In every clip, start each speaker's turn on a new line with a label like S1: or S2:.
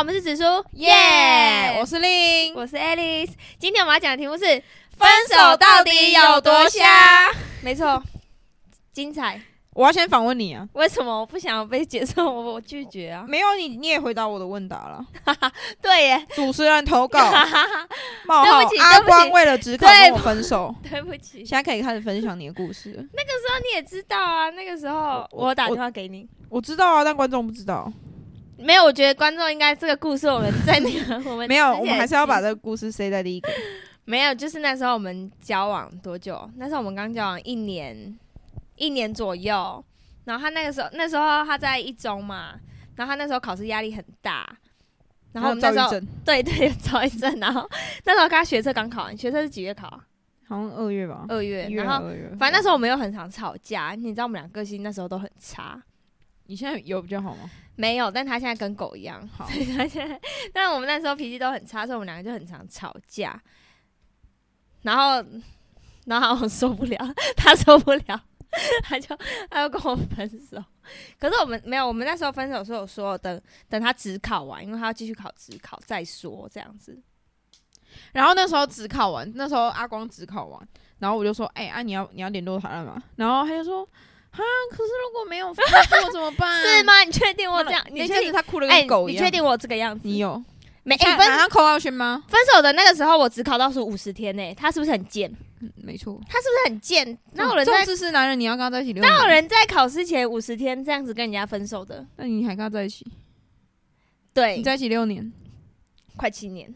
S1: 我们是紫苏，
S2: 耶、我是令。
S1: 我是 Alice。今天我们要讲的题目是
S2: 分手到底有多瞎？
S1: 没错，精彩。
S2: 我要先访问你啊，
S1: 为什么我不想被接受？我我拒绝啊！
S2: 没有你你也回答我的问答了。
S1: 对耶，
S2: 主持人投 稿冒号
S1: 对不起
S2: 阿
S1: 对不起
S2: 光为了职考
S1: 对
S2: 跟我分 手，
S1: 对不起。
S2: 现在可以开始分享你的故事了。
S1: 那你也知道啊，那个时候
S2: 我
S1: 我打电话给你，
S2: 我知道啊，但观众不知道。
S1: 没有，我觉得观众应该这个故事我们在那个我们
S2: 没有，
S1: 之前
S2: 我们还是要把这个故事塞在第一个。
S1: 没有，就是那时候我们交往多久？那时候我们刚交往一年，一年左右。然后他那个时候，那时候他在一中嘛，然后他那时候考试压力很大，然后我们那
S2: 还
S1: 时
S2: 有
S1: 候
S2: 躁郁症
S1: 对对躁郁症，然后那时候他学测刚考完，学测是几月考啊？
S2: 好像二月吧，
S1: 二月，
S2: 一月
S1: 然后
S2: 二月。
S1: 反正那时候我们又很常吵架，你知道我们俩个性那时候都很差，
S2: 你现在有比较好吗？
S1: 没有，但他现在跟狗一样，
S2: 好，
S1: 但我们那时候脾气都很差，所以我们两个就很常吵架。然后，然后我受不了， 他受不了， 他就他就跟我分手。可是我们没有，我们那时候分手的时候说等等他只考完，因为他要继续考只考再说这样子。
S2: 然后那时候只考完，那时候阿光只考完，然后我就说，哎、啊，你要你要联络他了吗？然后他就说，啊，可是如果没有分手怎么办？
S1: 是吗？你确定我这样？
S2: 你
S1: 确
S2: 确定
S1: 定？
S2: 嗯他哭的
S1: 哎、
S2: 跟狗一
S1: 你
S2: 样？
S1: 确？定我这个样子？
S2: 你有？
S1: 没？
S2: 现
S1: 哎、
S2: 在马
S1: 分
S2: 上扣到轩 吗？
S1: 分手的那个时候，我只考倒数五十天呢、他是不是很贱？
S2: 嗯，没错。
S1: 他是不是很贱？哪有人在
S2: 重视是男人，你要跟他在一起六
S1: 哪有
S2: 年，
S1: 人在考试前五十天这样子跟人家分手的？
S2: 那你还跟他在一起？
S1: 对哎
S2: 你，在一起六年，
S1: 快七年。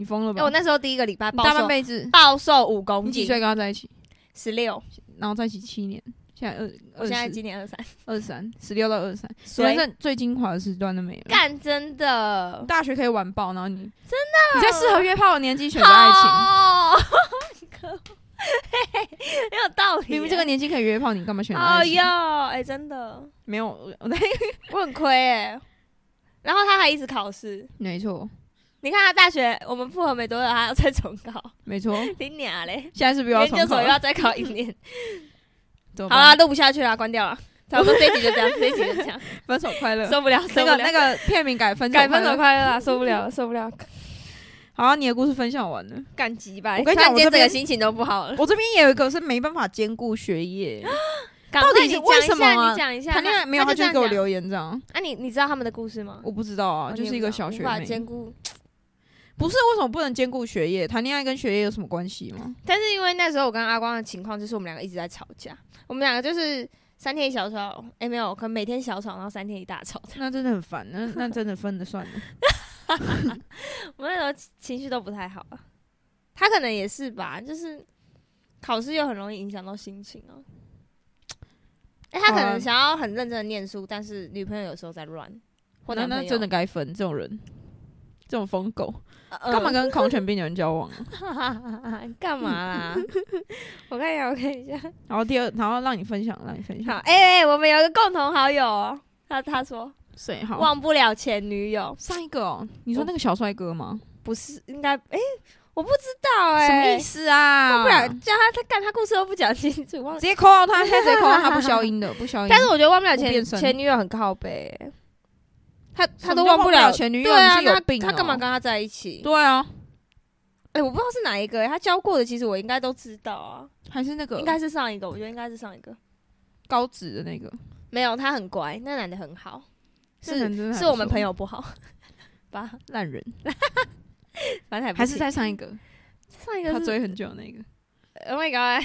S2: 你疯了
S1: 哎、我
S2: 吧？
S1: 那时候第一个礼拜
S2: 你
S1: 暴
S2: 大半
S1: 瘦，
S2: 辈子，
S1: 暴瘦五公
S2: 你几
S1: 斤，
S2: 岁跟他在一起？
S1: 十六，
S2: 然后在一起七年，现在
S1: 我
S2: 二
S1: 现在
S2: 二十
S1: 今年二三，
S2: 二三十六到二三，
S1: 所
S2: 人
S1: 以
S2: 生最精华的时段都没了。
S1: 干真的
S2: 大学可以玩爆，然后你真的你在适合约炮的年纪选择爱情，
S1: 哦，可恶嘿嘿，很有道理耶。
S2: 明明这个年纪可以约炮，你干嘛选择
S1: 哦
S2: 爱情
S1: 哟，？哎、真的，
S2: 没有，我我在
S1: 我很亏哎、然后他还一直考试，
S2: 没错
S1: 你看他大学我们复合没多久，他要再重考，
S2: 没错，
S1: 你娘嘞！
S2: 现在是不是又要
S1: 研
S2: 重
S1: 究所
S2: 考
S1: 又
S2: 了？
S1: 要再考一年。
S2: 怎么
S1: 好
S2: 办
S1: 啦，，录不下去啦，关掉了。差不多这一集就这样，这一集就这 样，
S2: 分手快乐。
S1: 受不了，受
S2: 那
S1: 不了。
S2: 个那个片名改分手
S1: 改分
S2: 快
S1: 手
S2: 乐
S1: 快乐 啦，受不了，受不了，
S2: 好，你的故事分享完 了。
S1: 干急吧！
S2: 我跟你讲
S1: 突然间
S2: 我
S1: 整
S2: 这
S1: 个
S2: 边
S1: 心情都不好了。
S2: 我这边也有一个是没办法兼顾学业，
S1: 赶快
S2: 到底是
S1: 你讲一
S2: 为什么啊
S1: 下你讲一下，
S2: 谈恋爱没有，
S1: 他
S2: 他
S1: 就这样
S2: 就是给我
S1: 讲。
S2: 留言这样，
S1: 啊，你你知道他们的故事吗？
S2: 我不知道啊，
S1: 哦
S2: 就是一个小学
S1: 你也不知道无法
S2: 妹。
S1: 兼顾，
S2: 不是为什么不能兼顾学业？谈恋爱跟学业有什么关系吗？
S1: 但是因为那时候我跟阿光的情况就是我们两个一直在吵架，我们两个就是三天一小吵，哎、没有，可能每天小吵，然后三天一大吵。
S2: 那真的很烦，那那真的分了算了。
S1: 我们那时候情情绪都不太好啊，他可能也是吧，就是考试又很容易影响到心情啊。哎、他可
S2: 好
S1: 能
S2: 啊
S1: 想要很认真的念书，但是女朋友有时候在乱，或
S2: 那
S1: 男朋
S2: 那
S1: 友
S2: 真的该分这种人，这种疯狗
S1: 呃
S2: 干嘛跟狂犬病的人交往啊？
S1: 干嘛啦？我看一下，我看一下。
S2: 然后第二，然后让你分享，让你分
S1: 好，
S2: 享。
S1: 哎、哎、我们有个共同好友、哦，他他说
S2: 谁好？
S1: 忘不了前女友，
S2: 上一个哦，你说那个小帅哥吗？
S1: 不是应该？哎、我不知道
S2: 什么
S1: 哎、
S2: 意思啊？
S1: 忘不了叫他他干他故事都不讲清楚，忘
S2: 直。接扣到他，现在直接扣到他不消音的，不消音。
S1: 但是我觉得忘不了
S2: 嗯不
S1: 前
S2: 变身
S1: 前女友很靠背、哎他
S2: 什
S1: 他
S2: 么
S1: 都
S2: 叫
S1: 忘
S2: 不
S1: 了
S2: 前女友，
S1: 对啊，
S2: 你是有
S1: 那
S2: 病哦
S1: 他干嘛跟？他在一起？
S2: 对啊，
S1: 哎、我不知道是哪一个、哎他教过的，其实我应该都知道啊，
S2: 还是那个
S1: 应该是上一个，我觉得应该是上一个。
S2: 高职的那个，
S1: 没有，他很乖，那男的很好，
S2: 那男的
S1: 是
S2: 还不
S1: 是我们
S2: 错
S1: 朋友不好 吧？
S2: 烂人，
S1: 反正还不
S2: 还是
S1: 行
S2: 再上一个，
S1: 上一个
S2: 他
S1: 是
S2: 追很久的那个。
S1: Oh my god！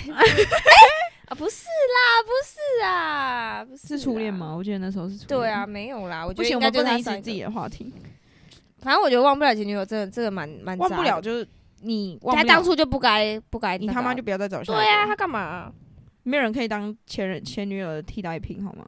S1: 啊，不是啦，不是啊，不是
S2: 是
S1: 啦
S2: 初恋？吗？我记得那时候是初恋。
S1: 对啊，，没有啦，我觉
S2: 不
S1: 得
S2: 行，
S1: 应
S2: 我
S1: 该
S2: 们
S1: 就是
S2: 不
S1: 他
S2: 能一直
S1: 上一
S2: 自己
S1: 个。
S2: 的话题，
S1: 反正我觉得忘不了前女友，真的这个蛮蛮
S2: 忘不
S1: 渣
S2: 了
S1: 的，
S2: 就是你忘
S1: 他
S2: 不
S1: 当
S2: 了，
S1: 初就不该不该
S2: 你
S1: 那
S2: 他
S1: 个
S2: 妈
S1: 啊
S2: 就不要再找下一个。
S1: 对啊，他干嘛啊？
S2: 没有人可以当前任前女友的替代品，好吗？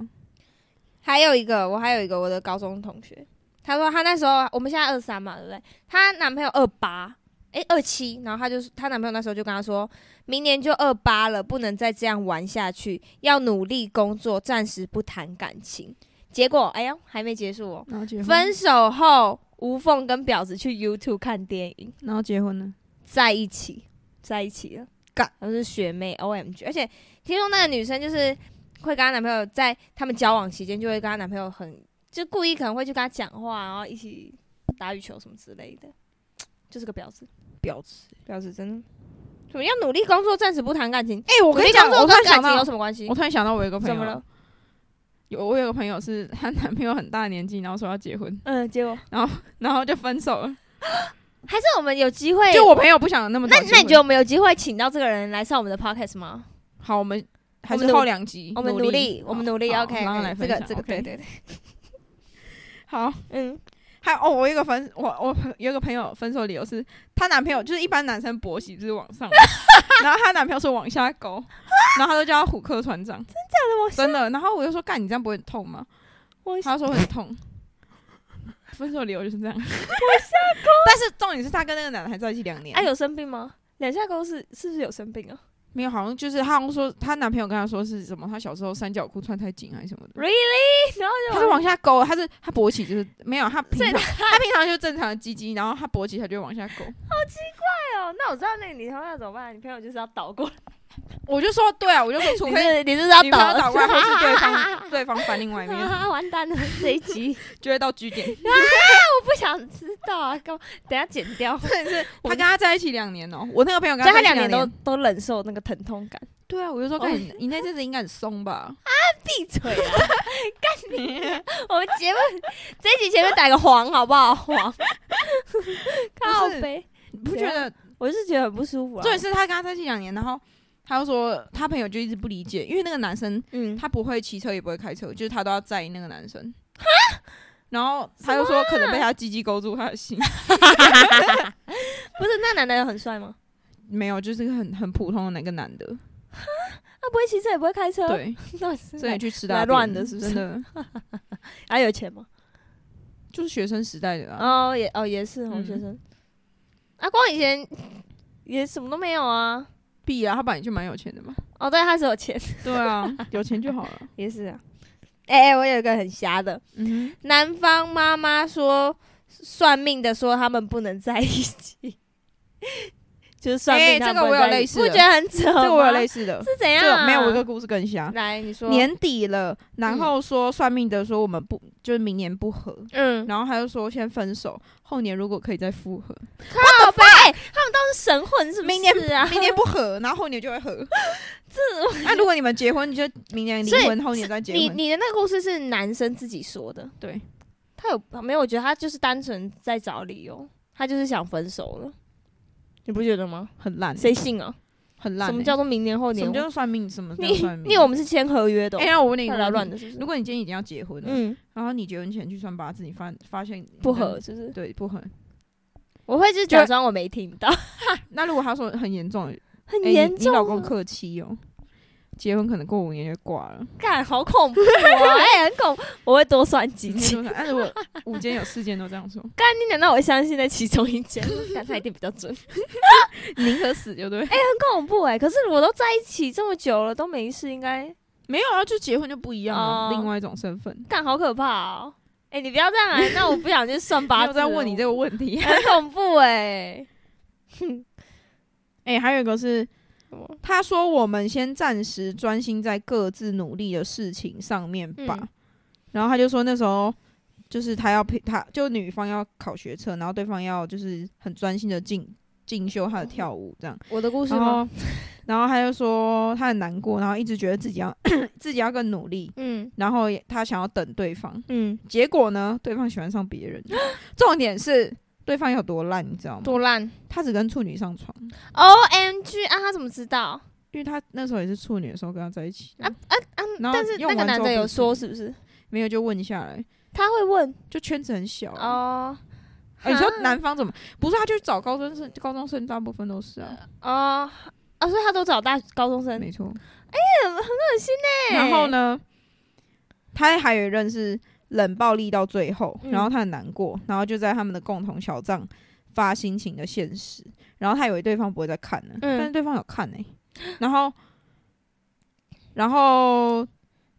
S1: 还有一个，我还有一个我的高中同学，她说她那时候我们现在二三嘛，对不对？她男朋友二八。诶二七，然后她就是她男朋友那时候就跟她说，明年就二八了，不能再这样玩下去，要努力工作，暂时不谈感情。结果，哎呀，还没结束哦，
S2: 然后结婚，
S1: 分手后，无缝跟婊子去 YouTube 看电影，
S2: 然后结婚呢？
S1: 在一起，在一起了，
S2: 干，
S1: 他们是学妹，OMG！而且听说那个女生就是会跟她男朋友在他们交往期间，就会跟她男朋友很就故意可能会去跟她讲话，然后一起打羽球什么之类的，就是个婊子，
S2: 婊子。
S1: 婊子真的。怎么样努力工作，暂时不谈感情？
S2: 哎、我
S1: 我
S2: 跟你讲，我
S1: 我
S2: 突然
S1: 感
S2: 想
S1: 情有
S2: 到，
S1: 什么关系
S2: 我？突然想到，我有一个朋友，
S1: 怎么了？
S2: 有我有个朋友是她男朋友很大年纪，然后说要结婚，
S1: 嗯，结果
S2: 然后就分手了。
S1: 还是我们有机会，
S2: 就我朋友不想那么
S1: 哎那
S2: 早结婚。
S1: 那你觉得我们有机会请到这个人来上我们的 podcast 吗？
S2: 好？我们还
S1: 我们
S2: 是
S1: 努
S2: 后两集，
S1: 我们努力，我们努力
S2: 好
S1: ，OK，
S2: 然后
S1: 嗯
S2: 来
S1: 这
S2: 分
S1: 个
S2: 享
S1: 这个，
S2: OK
S1: 对对对，
S2: 好。
S1: 嗯，
S2: 还有哦，我有一个分我我朋有一个朋友分手理由是她男朋友就是一般男生勃起就是往上 嘛，然后她男朋友是往下勾，然后她就叫他虎克船长， 真的，然后我就说干你这样不会很痛吗？
S1: 我
S2: 她说会很痛， 分手理由就是这样， 往下勾。 但是重点是她跟那个男的还在一起两年，
S1: 哎，有生病吗？两下沟是是不是有生病啊
S2: 没有，好像就是她好像说她男朋友跟她说是什么，她小时候三角裤穿太紧还是什么的。
S1: ？Really？然后就
S2: 他是往下勾，他是他勃起就是没有，他平
S1: 所以
S2: 常他平常就正常的鸡鸡，然后他勃起他就会往下勾。
S1: 哎呦，那我知道那个女朋友怎么办？女朋友就是要倒过来，
S2: 我就说对啊，我就说除
S1: 你
S2: 非
S1: 是你就是要
S2: 女朋友倒 过来，或是对
S1: 啊
S2: 方对方翻另外一面，
S1: 完蛋了，这一 集
S2: 就会到据点。
S1: 我不想知道啊，干嘛？等一下剪 掉。
S2: 真的是他跟他在一起两年哦、我那个朋友跟
S1: 所以他
S2: 在一
S1: 两
S2: 起
S1: 年
S2: 年
S1: 都都忍受那个疼痛感，
S2: 对啊，我就说
S1: 哦
S2: 看你你那阵子应该很松吧？
S1: 闭嘴啊！ 干 你！我们节目这一集前面打个黄好不好？ 黄，靠背，
S2: 你不觉得？
S1: 我是觉得很不舒服啊
S2: 重。点是他跟他在一起两年，然后他就说他朋友就一直不理解，因为那个男生
S1: 嗯，
S2: 他不会骑车也不会开车，就是他都要在意那个男生。然后他就说可能被他鸡鸡勾住他的心，
S1: 不是那男的有很帅吗？
S2: 没有，就是很很普通的那个男的，
S1: 他不会骑车，也不会开车，
S2: 对，
S1: 那是
S2: 所以去吃
S1: 来
S2: 大便
S1: 乱的是不是
S2: 真的
S1: 还啊有钱吗？
S2: 就是学生时代的啊。
S1: 哦，也哦也是红
S2: 嗯
S1: 学生。阿光以前也什么都没有啊。
S2: 必啊，他本来就蛮有钱的嘛。
S1: 哦， 对，他是有钱，
S2: 对啊， 有钱就好了。
S1: 也是啊。哎、哎，我有一个很瞎的，
S2: 嗯哼，
S1: 男方妈妈说，算命的说他们不能在一起，就是算命
S2: 哎
S1: 他们
S2: 这个
S1: 不能
S2: 我有
S1: 在一
S2: 类
S1: 起
S2: 似的
S1: 不觉得很扯
S2: 这
S1: 吗？
S2: 个我有类似的，
S1: 是怎
S2: 这
S1: 样、
S2: 个
S1: 啊？
S2: 没有我一个故事更瞎。
S1: 来你说
S2: 年底了，然后说算命的说我们不就是明年不合，
S1: 嗯，
S2: 然后他就说先分手，后年如果可以再复 合，
S1: 靠背，他们都是神混是不是、啊？
S2: 明年
S1: 啊，
S2: 明年不合，然后后年就会合。
S1: 这
S2: 那如果你们结婚，你就明年离
S1: 所以
S2: 婚，后年再结
S1: 你
S2: 婚。
S1: 你的那个故事是男生自己说的，
S2: 对，
S1: 他有没有？我觉得他就是单纯在找理由，他就是想分手了，你不觉得吗？
S2: 很烂，
S1: 谁信啊？
S2: 很烂欸。
S1: 什么叫做明年后
S2: 什
S1: 年
S2: 么？叫算命？什么叫
S1: 你
S2: 算命？
S1: 你 我们是签合约的哦、
S2: 哎，让我问你一
S1: 太
S2: 个
S1: 来
S2: 问
S1: 乱
S2: 题
S1: 的，是不是？
S2: 如果你今天已经要结婚了，
S1: 嗯，
S2: 然后你结婚前去算八字，你发发现
S1: 不合，，是不是？
S2: 对，不合。
S1: 我会就是假装我没听 到，
S2: 那如果他说很严重，
S1: 很
S2: 哎
S1: 严
S2: 你
S1: 重
S2: 你
S1: 啊。
S2: 老公客气哦，结婚可能过五年就挂了。
S1: 干好恐怖啊！哎、很恐怖，我会多算几
S2: 你
S1: 次。
S2: 说，那如果五间有四间都 这样说，
S1: 干你难道我相信那其中一件？ 干他一定比较准。
S2: 宁可死就对。
S1: 很恐怖哎、可是我都在一起这么久了，都没事，应该
S2: 没有啊，就结婚就不一样
S1: 哦
S2: 了，另外一种身份。
S1: 干好可怕哦、哎、你不要这样、欸，那我不想去算八
S2: 没
S1: 字。哦
S2: 有在问你这
S1: 个，
S2: 个 问题。
S1: 很恐怖哎、
S2: 哎，还有一个是，
S1: 什么
S2: 他说我们先暂时专心在各自努力的事情上面吧。
S1: 嗯
S2: 然后他就说那时候就是他要陪他，就女方要考学车，然后对方要就是很专心的进进修他的跳舞这样。
S1: 我的故事
S2: 然
S1: 吗？
S2: 后，然后他就说他很难过，然后一直觉得自己要 自己要更努力，
S1: 嗯
S2: 然后也他想要等对方。
S1: 嗯，
S2: 结果呢，对方喜欢 上别人。重点是对方有多烂，你知道吗？
S1: 多烂
S2: 他只跟处女上床，
S1: ！O M G 啊，他怎么知道？
S2: 因为他那时候也是处女的时候跟他在一起。
S1: 啊啊啊！
S2: 然后
S1: 但是
S2: 用
S1: 那
S2: 完
S1: 个男
S2: 之后
S1: 的有
S2: 不是
S1: 说是不是？
S2: 没有就问下来，
S1: 他会问
S2: 就圈子很小啊。
S1: 哦。
S2: 哎你说
S1: 哈
S2: 男方怎么？不是，他就找高中生，高中生大部分都是啊，
S1: 哦，啊，所以他都找大高中生，
S2: 没错。
S1: 哎很很恶心欸呢。
S2: 然后？呢，他还有一任是冷暴力到最后，
S1: 嗯
S2: 然后他很难过，然后就在他们的共同小账发心情的现实，然后他以为对方不会再看了，
S1: 嗯
S2: 但是对方有看呢、然后，然后。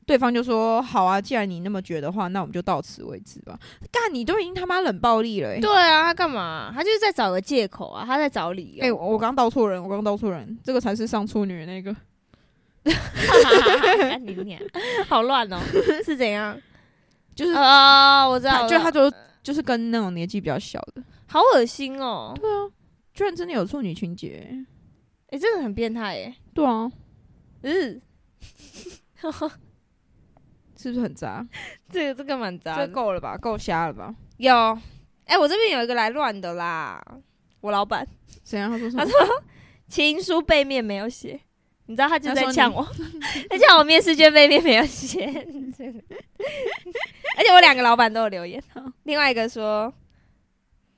S2: 对方就说：“好啊，既然你那么觉得话，那我们就到此为止吧。”干，你都已经他妈冷暴力了、欸！
S1: 对啊，他干嘛？他就是在找个借口啊，他在找理
S2: 哎、
S1: 由。
S2: 我我刚倒错人，我刚倒错人，这个才是上处女的那个。
S1: 干你娘！好乱哦，是怎样？
S2: 就是
S1: 哦，我知道
S2: 他，
S1: 了，
S2: 就他就就是跟那种年纪比较小的，
S1: 好恶心哦！
S2: 居然真的有处女情节。
S1: 哎、真的很变态耶。
S2: 对啊，
S1: 嗯，
S2: 是不是很渣？
S1: 这个这个蛮渣
S2: 这
S1: 的。
S2: 够了吧？够瞎了吧？
S1: 有，哎、我这边有一个来乱的啦，我老板
S2: 怎样？他说什么
S1: 他？情书背面没有写，你知道他就在
S2: 他说
S1: 呛我，他呛我面试卷背面没有写， 而且我两个老板都有留言，另外一个说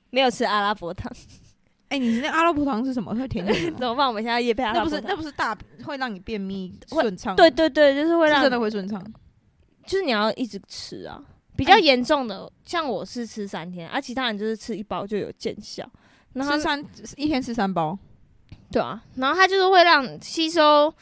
S1: 没有吃阿拉伯糖，
S2: 哎、你那阿拉伯糖是什么？会甜甜 的吗？
S1: 怎么办？我们现在夜配阿
S2: 那
S1: 拉
S2: 不
S1: 伯
S2: 是
S1: 糖，
S2: 那不是大会让你便秘
S1: 会
S2: 顺畅？
S1: 对，对对，就是会
S2: 是
S1: 让
S2: 真的会顺畅。
S1: 就是你要一直吃啊。比较
S2: 哎
S1: 严重的，像我是吃三天，啊而、其他人就是吃一包就有见效。然后
S2: 吃三一天吃三包，
S1: 对啊，然后它就是会让吸收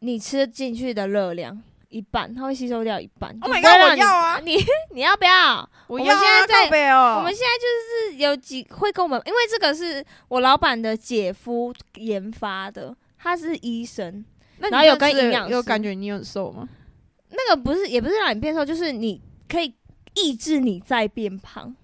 S1: 你吃进去的热量一半，它会吸收掉一半。就
S2: Oh my
S1: 不会让
S2: god，我
S1: 你
S2: 要啊
S1: 你 你要不要？
S2: 我
S1: 们
S2: 要啊
S1: 现在在
S2: 靠北哦
S1: 我们现在就是有几会跟我们，因为这个是我老板的姐夫研发的，他是医生。
S2: 那你
S1: 然后有
S2: 这次
S1: 跟营养师
S2: 有感觉你有瘦吗？
S1: 那个不是也不是让你变瘦，就是你可以抑制你再变胖，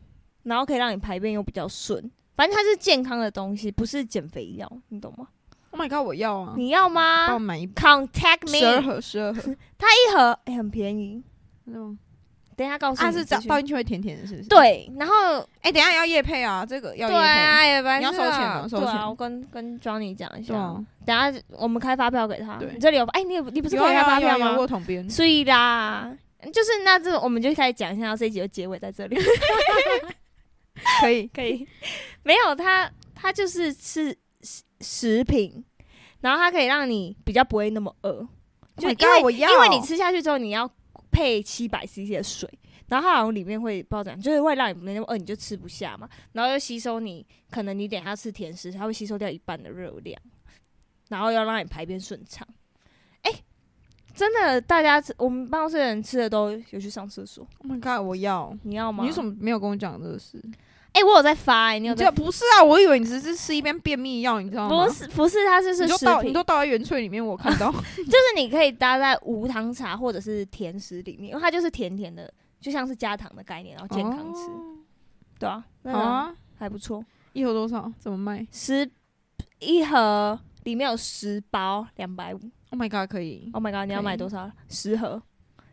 S1: 然后可以让你排便又比较顺。反正它是健康的东西，不是减肥药，你懂吗？
S2: Oh my god，我要啊！
S1: 你要
S2: 帮
S1: 吗
S2: 我买一
S1: ？Contact
S2: 十二
S1: me，
S2: 盒，十二 盒，
S1: 一盒、哎，很便宜。
S2: 是吗？
S1: 等一下哦告诉你
S2: 啊，
S1: 资
S2: 是
S1: 讯，
S2: 倒倒进去会甜甜的，是不是？，
S1: 对，然后
S2: 哎，等一下要夜配啊，这个要
S1: 对
S2: 夜配，
S1: 啊，也不然
S2: 你要
S1: 是
S2: 收钱
S1: 啊
S2: 的收
S1: 对啊，
S2: 钱
S1: 我跟跟 Johnny 讲一
S2: 对
S1: 下，
S2: 啊，
S1: 等一下我们开发票给他。
S2: 对
S1: 你这里有哎，你有你不
S2: 不
S1: 是可以开发票
S2: 我
S1: 吗？
S2: 啊有统编，
S1: 所以啦，就是那这我们就开始讲一下，这一集就结尾在这里，
S2: 可以。
S1: 可以？ 没有，它它就是吃食食品，然后它可以让你比较不会那么饿，
S2: Oh
S1: 就
S2: my
S1: 因为
S2: god，我要，
S1: 因为你吃下去之后，你要配七百 CC 的水，然后它好像里面会不知道怎样，就是会让你没那么饿，你就吃不下嘛，然后又吸收你可能你等一下吃甜食，它会吸收掉一半的热量，然后要让你排便顺畅。哎、真的，大家吃我们办公室的人吃的都有去上厕所，
S2: Oh my god，我要。
S1: 你要吗？
S2: 你为什
S1: 么？
S2: 么没有跟我讲这个事？
S1: 哎、我有在发、哎，你有
S2: 你
S1: 在
S2: 这？不是啊，我以为你只是吃一边便秘药，你知道吗？
S1: 不，是不是，它就是
S2: 你就
S1: 食
S2: 倒，
S1: 品
S2: 你，都倒在原萃里面，我看到。哦
S1: 就是你可以搭在无糖茶或者是甜食里面，因为它就是甜甜的，就像是加糖的概念，然后健康吃。对啊，那
S2: 哦好
S1: 个
S2: 啊，
S1: 还不错，
S2: 一盒多少？怎么卖
S1: 十一盒里面有十包，两百五。
S2: ？Oh my god，可以，
S1: Oh my god，你要
S2: 可以
S1: 买多少？十盒。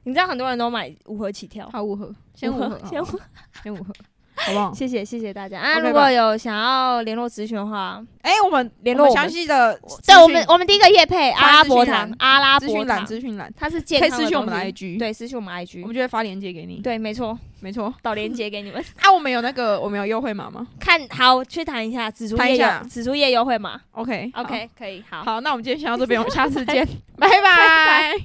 S1: 你知道很多人都买哦五盒起跳，
S2: 好五盒，先五
S1: 盒
S2: 盒，好
S1: 先五盒。
S2: 先五盒，好不好？
S1: 谢谢谢谢大家啊！
S2: OK 吧
S1: 如果有想要联络咨询的话，
S2: 哎，我们
S1: 联络
S2: 我
S1: 我
S2: 们
S1: 们
S2: 详细的
S1: 对我们我们第一个叶配
S2: 发
S1: 阿拉伯
S2: 资讯
S1: 糖
S2: 栏，
S1: 阿拉
S2: 资
S1: 伯
S2: 讯栏
S1: 糖，
S2: 资讯栏，
S1: 它是健
S2: 可以
S1: 康的
S2: 私信我们
S1: 东
S2: 的
S1: 西，
S2: IG，，
S1: 对，私讯我们
S2: 我们
S1: IG，
S2: 就会发链接给你。
S1: 对，没错，
S2: 没错。
S1: 导链接给你们
S2: 啊，我们有那个，我们有优惠码吗
S1: 看好去谈一下紫竹
S2: 谈
S1: 叶
S2: 一下
S1: 优紫竹叶优惠码
S2: ？OK，OK，
S1: ，OK，可以，好。
S2: 好，那我们今天先到这边，我们下次见，拜拜。